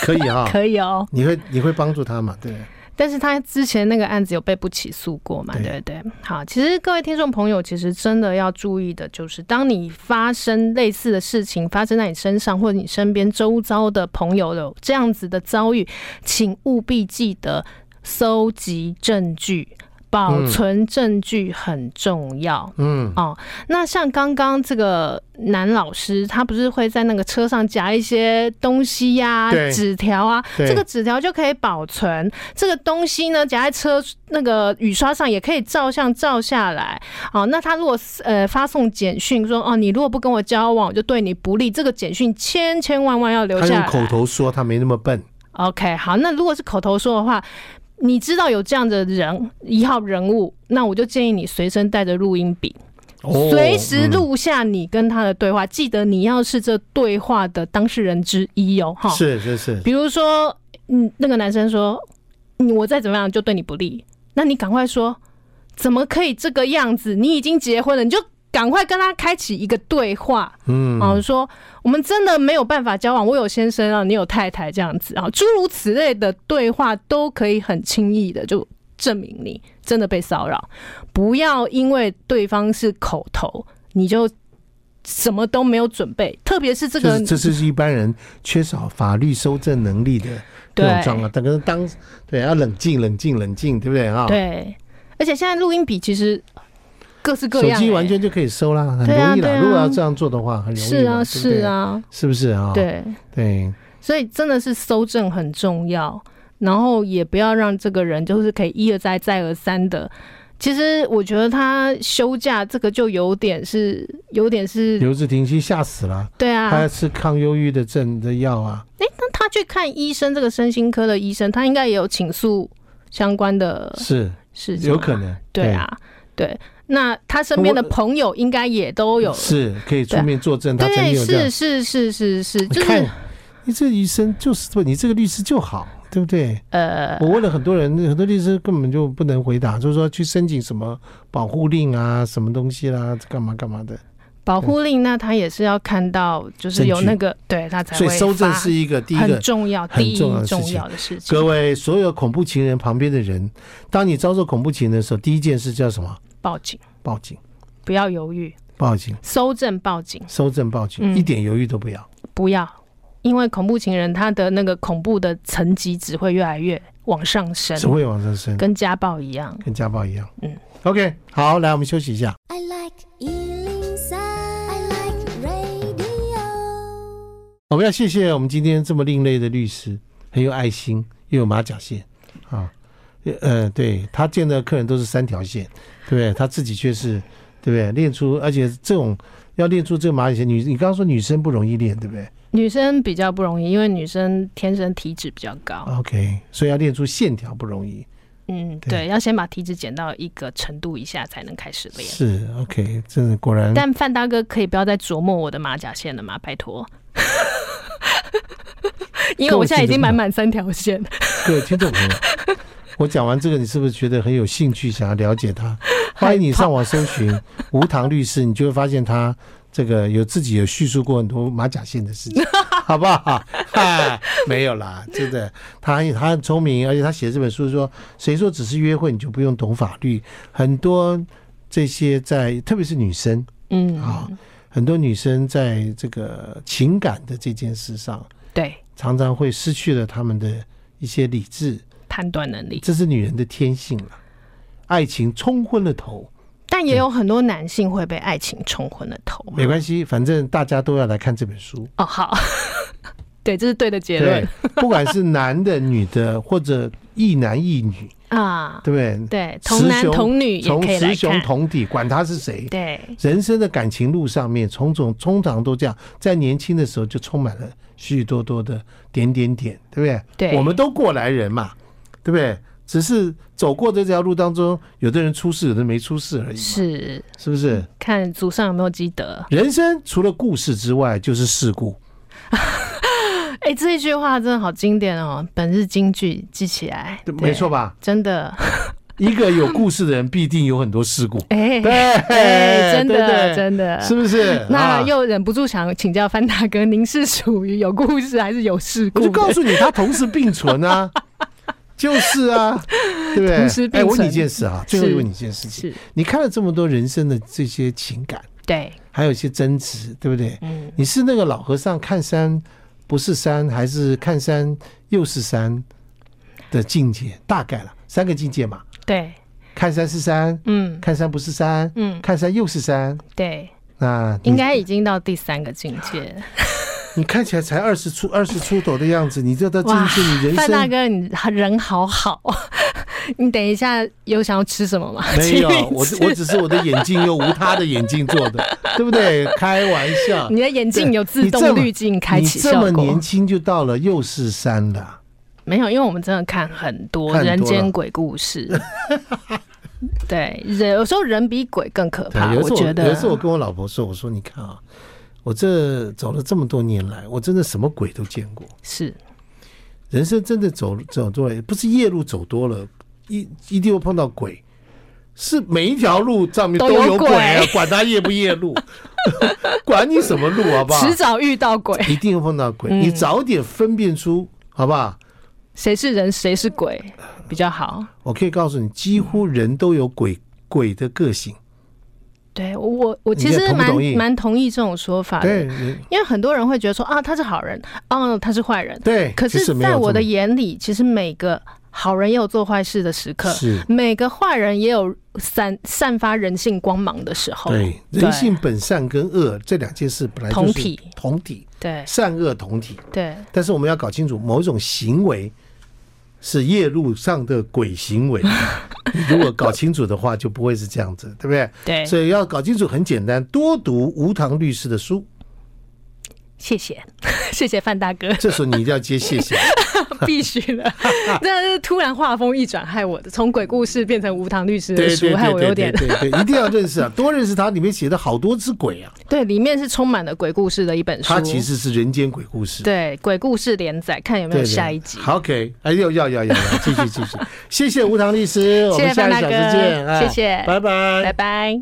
Speaker 1: 可以 啊、
Speaker 2: 可以哦。
Speaker 1: 你会你会帮助他嘛？对，
Speaker 2: 但是他之前那个案子有被不起诉过嘛？
Speaker 1: 对
Speaker 2: 对不对？好，其实各位听众朋友，其实真的要注意的就是，当你发生类似的事情发生在你身上，或者你身边周遭的朋友有这样子的遭遇，请务必记得搜集证据，保存证据很重要。
Speaker 1: 嗯，
Speaker 2: 哦，那像刚刚这个男老师，他不是会在那个车上夹一些东西呀、
Speaker 1: 对
Speaker 2: 纸条啊，
Speaker 1: 对
Speaker 2: 这个纸条就可以保存。这个东西呢，夹在车那个雨刷上也可以照相照下来。哦，那他如果呃发送简讯说哦，你如果不跟我交往，我就对你不利，这个简讯千千万万要留
Speaker 1: 他
Speaker 2: 下
Speaker 1: 用
Speaker 2: 来。
Speaker 1: 口头说他没那么笨，
Speaker 2: OK，好，那如果是口头说的话，你知道有这样的人一号人物，那我就建议你随身带着录音笔。
Speaker 1: 哦
Speaker 2: 随时、录下你跟他的对话，记得你要是这对话的当事人之一哦，哈
Speaker 1: 嗯。是是是，
Speaker 2: 比如说，嗯，那个男生说，你我再怎么样就对你不利，那你赶快说，怎么可以这个样子？你已经结婚了，你就赶快跟他开启一个对话，
Speaker 1: 嗯，
Speaker 2: 啊，说我们真的没有办法交往，我有先生啊，你有太太这样子啊，诸如此类的对话都可以很轻易的就证明你真的被骚扰。不要因为对方是口头，你就什么都没有准备，特别是这
Speaker 1: 就
Speaker 2: 个
Speaker 1: 是这就是一般人缺少法律搜证能力的
Speaker 2: 对
Speaker 1: 那种状况，但是当对要冷静冷静冷静，对不对啊？，
Speaker 2: 对，而且现在录音笔其实各式各
Speaker 1: 手
Speaker 2: 样、
Speaker 1: 机
Speaker 2: 欸
Speaker 1: 完全就可以收啦，很
Speaker 2: 对啊
Speaker 1: 容易
Speaker 2: 对
Speaker 1: 啦。
Speaker 2: 啊
Speaker 1: 如果要这样做的话，很容易
Speaker 2: 是
Speaker 1: 嘛
Speaker 2: 啊，
Speaker 1: 对不对
Speaker 2: 是啊，
Speaker 1: 是不是啊？
Speaker 2: 对，
Speaker 1: 对，
Speaker 2: 所以真的是搜证很重要，然后也不要让这个人就是可以一而再再而三的。其实我觉得他休假这个就有点是，有点是，
Speaker 1: 刘志廷熙吓死了，
Speaker 2: 对啊。
Speaker 1: 他要吃抗忧郁的症的药啊，
Speaker 2: 那他去看医生，这个身心科的医生，他应该也有倾诉相关的
Speaker 1: 是
Speaker 2: 事情，
Speaker 1: 有可，能，呃
Speaker 2: 对啊，对。那他身边的
Speaker 1: 我
Speaker 2: 朋友应该也都
Speaker 1: 对，
Speaker 2: 有，
Speaker 1: 是可以出面作证，他曾经
Speaker 2: 对，
Speaker 1: 哦有这样
Speaker 2: 是。是是是是，
Speaker 1: 你
Speaker 2: 就
Speaker 1: 看
Speaker 2: 是，
Speaker 1: 你这医生就是不，你这个律师就好，对不对？
Speaker 2: 呃，
Speaker 1: 我问了很多人，很多律师根本就不能回答，就是说去申请什么保护令啊，什么东西啦，干嘛干嘛的。
Speaker 2: 保护令，那他也是要看到，就是有
Speaker 1: 证据
Speaker 2: 那个，对他才
Speaker 1: 所
Speaker 2: 会
Speaker 1: 以
Speaker 2: 发。
Speaker 1: 收证是一个第一
Speaker 2: 很
Speaker 1: 个。
Speaker 2: 重要，
Speaker 1: 很
Speaker 2: 第一
Speaker 1: 重要的事
Speaker 2: 重
Speaker 1: 情
Speaker 2: 要的事情。
Speaker 1: 各位，所有恐怖情人旁边的人，当你遭受恐怖情人的时候，第一件事叫什么？
Speaker 2: 报警，
Speaker 1: 报警，
Speaker 2: 不要犹豫，
Speaker 1: 报警，
Speaker 2: 搜证报警，
Speaker 1: 收证，报警，
Speaker 2: 嗯
Speaker 1: 一点犹豫都不要。
Speaker 2: 不要，因为恐怖情人他的那个恐怖的层级只会越来越往上升，
Speaker 1: 只会往上升，
Speaker 2: 跟家暴一样。
Speaker 1: 跟家暴一样。
Speaker 2: 嗯
Speaker 1: ，OK，好，来我们休息一下。
Speaker 3: I like Ealing Sound. I like radio.
Speaker 1: 我们要谢谢我们今天这么另类的律师，很有爱心，又有马甲线啊。呃，对他见的客人都是三条线，对不对？他自己却是，对不对？练出，而且这种要练出这个马甲线，女你刚刚说女生不容易练，对不对
Speaker 2: 女生比较不容易，因为女生天生体脂比较高。
Speaker 1: ？OK，所以要练出线条不容易。
Speaker 2: 嗯，
Speaker 1: 哦对
Speaker 2: 对，要先把体脂减到一个程度以下才能开始练。
Speaker 1: 是 OK，真的果然。
Speaker 2: 但范大哥可以不要再琢磨我的马甲线了吗？拜 托。因为我现在已经满满三条线，
Speaker 1: 各位听众朋友，我讲完这个，你是不是觉得很有兴趣，想要了解他？欢迎你上网搜寻无糖律师，你就会发现他这个有自己有叙述过很多马甲线的事情，好不好？哈，没有啦，真的，他很他很聪明，而且他写这本书说，谁说只是约会你就不用懂法律？很多这些在，特别是女生
Speaker 2: 嗯，
Speaker 1: 啊、很多女生在这个情感的这件事上，
Speaker 2: 对，
Speaker 1: 常常会失去了她们的一些理智，
Speaker 2: 判断能力，
Speaker 1: 这是女人的天性了。爱情冲昏了头，
Speaker 2: 但也有很多男性会被爱情冲昏了头。
Speaker 1: 没关系，反正大家都要来看这本书。
Speaker 2: 哦，好， 对，这是对的结
Speaker 1: 对
Speaker 2: 论，
Speaker 1: 不管是男的、女的，或者一男一女，
Speaker 2: 啊。
Speaker 1: 对不对？
Speaker 2: 对，童男
Speaker 1: 雌雄
Speaker 2: 童女也
Speaker 1: 从
Speaker 2: 可以
Speaker 1: 雌
Speaker 2: 来
Speaker 1: 雄
Speaker 2: 看。
Speaker 1: 同体，管他是谁，
Speaker 2: 对，
Speaker 1: 人生的感情路上面，从种通常都这样，在年轻的时候就充满了许许多多的点点点，对不对？
Speaker 2: 对
Speaker 1: 我们都过来人嘛，对不对？只是走过这条路当中，有的人出事，有的人没出事而已，
Speaker 2: 是
Speaker 1: 是不是？
Speaker 2: 看祖上有没有积德。
Speaker 1: 人生除了故事之外，就是事故。
Speaker 2: 哎、这一句话真的好经典哦，本日金句记起来，
Speaker 1: 对
Speaker 2: 对
Speaker 1: 没错，吧？
Speaker 2: 真的。
Speaker 1: 一个有故事的人，必定有很多 事故。
Speaker 2: 哎、
Speaker 1: 对，
Speaker 2: 哎真的
Speaker 1: 对对
Speaker 2: 真的
Speaker 1: 是不是？
Speaker 2: 那
Speaker 1: 啊
Speaker 2: 又忍不住想请教范大哥，您是属于有故事还是有事
Speaker 1: 我
Speaker 2: 故
Speaker 1: 就
Speaker 2: 的？
Speaker 1: 告诉 你，他同时并存啊，就是啊，对不对？
Speaker 2: 同时并存
Speaker 1: 哎，我问你一件事啊，最后
Speaker 2: 是
Speaker 1: 问你一件事情，
Speaker 2: 是，
Speaker 1: 你看了这么多人生的这些情感，
Speaker 2: 对，
Speaker 1: 还有一些争执，对不对？
Speaker 2: 嗯，
Speaker 1: 你是那个老和尚看山不是山，还是看山又是山的境界？大概了三个境界嘛，
Speaker 2: 对，
Speaker 1: 看山是山，
Speaker 2: 嗯
Speaker 1: 看山不是山，
Speaker 2: 嗯，
Speaker 1: 看山又是山。
Speaker 2: 对，
Speaker 1: 那你
Speaker 2: 应该已经到第三个境界。
Speaker 1: 你看起来才二十出二十出头的样子，你这都进去你人
Speaker 2: 范大
Speaker 1: 生
Speaker 2: 哥，你人好好， 你等一下有想要吃什么吗？
Speaker 1: 没有
Speaker 2: 请你，
Speaker 1: 我
Speaker 2: 吃
Speaker 1: 我只是我的眼镜用无他的眼镜做的，对不 对？开玩笑，
Speaker 2: 你的眼镜有自
Speaker 1: 对你这
Speaker 2: 动
Speaker 1: 么
Speaker 2: 滤镜开
Speaker 1: 你
Speaker 2: 启
Speaker 1: 这
Speaker 2: 效
Speaker 1: 么年
Speaker 2: 果，
Speaker 1: 轻就到了又是山了，
Speaker 2: 没有，因为我们真的看很多
Speaker 1: 看很多
Speaker 2: 人间
Speaker 1: 了
Speaker 2: 鬼故 事。对，人有时候人比鬼更可怕，
Speaker 1: 有一次
Speaker 2: 觉
Speaker 1: 有一次我
Speaker 2: 得。
Speaker 1: 跟我老婆说，我说你看啊，我这走了这么多年来，我真的什么鬼都见过，
Speaker 2: 是，
Speaker 1: 人生真的走走多了，不是夜路走多了，一一定会碰到鬼。是每一条路上面
Speaker 2: 都
Speaker 1: 都
Speaker 2: 有
Speaker 1: 有鬼啊，
Speaker 2: 鬼
Speaker 1: 管他夜不夜路， 管你什么路，好 不好？
Speaker 2: 迟早遇到鬼，
Speaker 1: 一定会碰到鬼，
Speaker 2: 嗯
Speaker 1: 你早点分辨出，好不好？
Speaker 2: 谁是人谁是鬼比较好。
Speaker 1: 我可以告诉你，几乎人都有鬼鬼的个性。
Speaker 2: 对我我我
Speaker 1: 你
Speaker 2: 其
Speaker 1: 也
Speaker 2: 实
Speaker 1: 同不
Speaker 2: 蛮
Speaker 1: 同意
Speaker 2: 蛮同意这种说法的，
Speaker 1: 对你
Speaker 2: 因为很多人会觉得说啊他是好人，哦、他是坏人，
Speaker 1: 对，
Speaker 2: 可
Speaker 1: 其实
Speaker 2: 是，
Speaker 1: 没有
Speaker 2: 在我
Speaker 1: 这
Speaker 2: 的
Speaker 1: 么
Speaker 2: 眼里，其实每个好人也有做坏事的时刻，
Speaker 1: 是
Speaker 2: 每个坏人也有散散发人性光芒的时候。
Speaker 1: 对人性本善跟恶这两件事本来就是
Speaker 2: 同体
Speaker 1: 同体
Speaker 2: 对
Speaker 1: 善恶同体。
Speaker 2: 对
Speaker 1: 但是我们要搞清楚，某种行为是夜路上的鬼行 为。你如果搞清楚的话，就不会是这样子，对不对？
Speaker 2: 对
Speaker 1: 所以要搞清楚很简单，多读吴唐律师的书。
Speaker 2: 谢谢 谢谢 范大哥，
Speaker 1: 这时候你一定要接谢 谢。
Speaker 2: 必须 的。但是突然画风一转，害我的从鬼故事变成无糖律师的
Speaker 1: 对对
Speaker 2: 书，害我有
Speaker 1: 对对
Speaker 2: 点
Speaker 1: 对对对，一定要认 识啊，多认识他。里面写的好多只鬼啊，
Speaker 2: 对，里面是充满了鬼故事的一本书。
Speaker 1: 他其实是人间鬼故事。
Speaker 2: 对鬼故事连载，看有没
Speaker 1: 对，
Speaker 2: 有
Speaker 1: 对
Speaker 2: 下一集。
Speaker 1: 好，OK，哎，要要要要要，继续继续，谢谢吴唐律师，我
Speaker 2: 谢
Speaker 1: 们
Speaker 2: 谢
Speaker 1: 下
Speaker 2: 范
Speaker 1: 一
Speaker 2: 大
Speaker 1: 小
Speaker 2: 哥
Speaker 1: 时见，哎
Speaker 2: 谢谢
Speaker 1: 拜拜
Speaker 2: 拜。拜。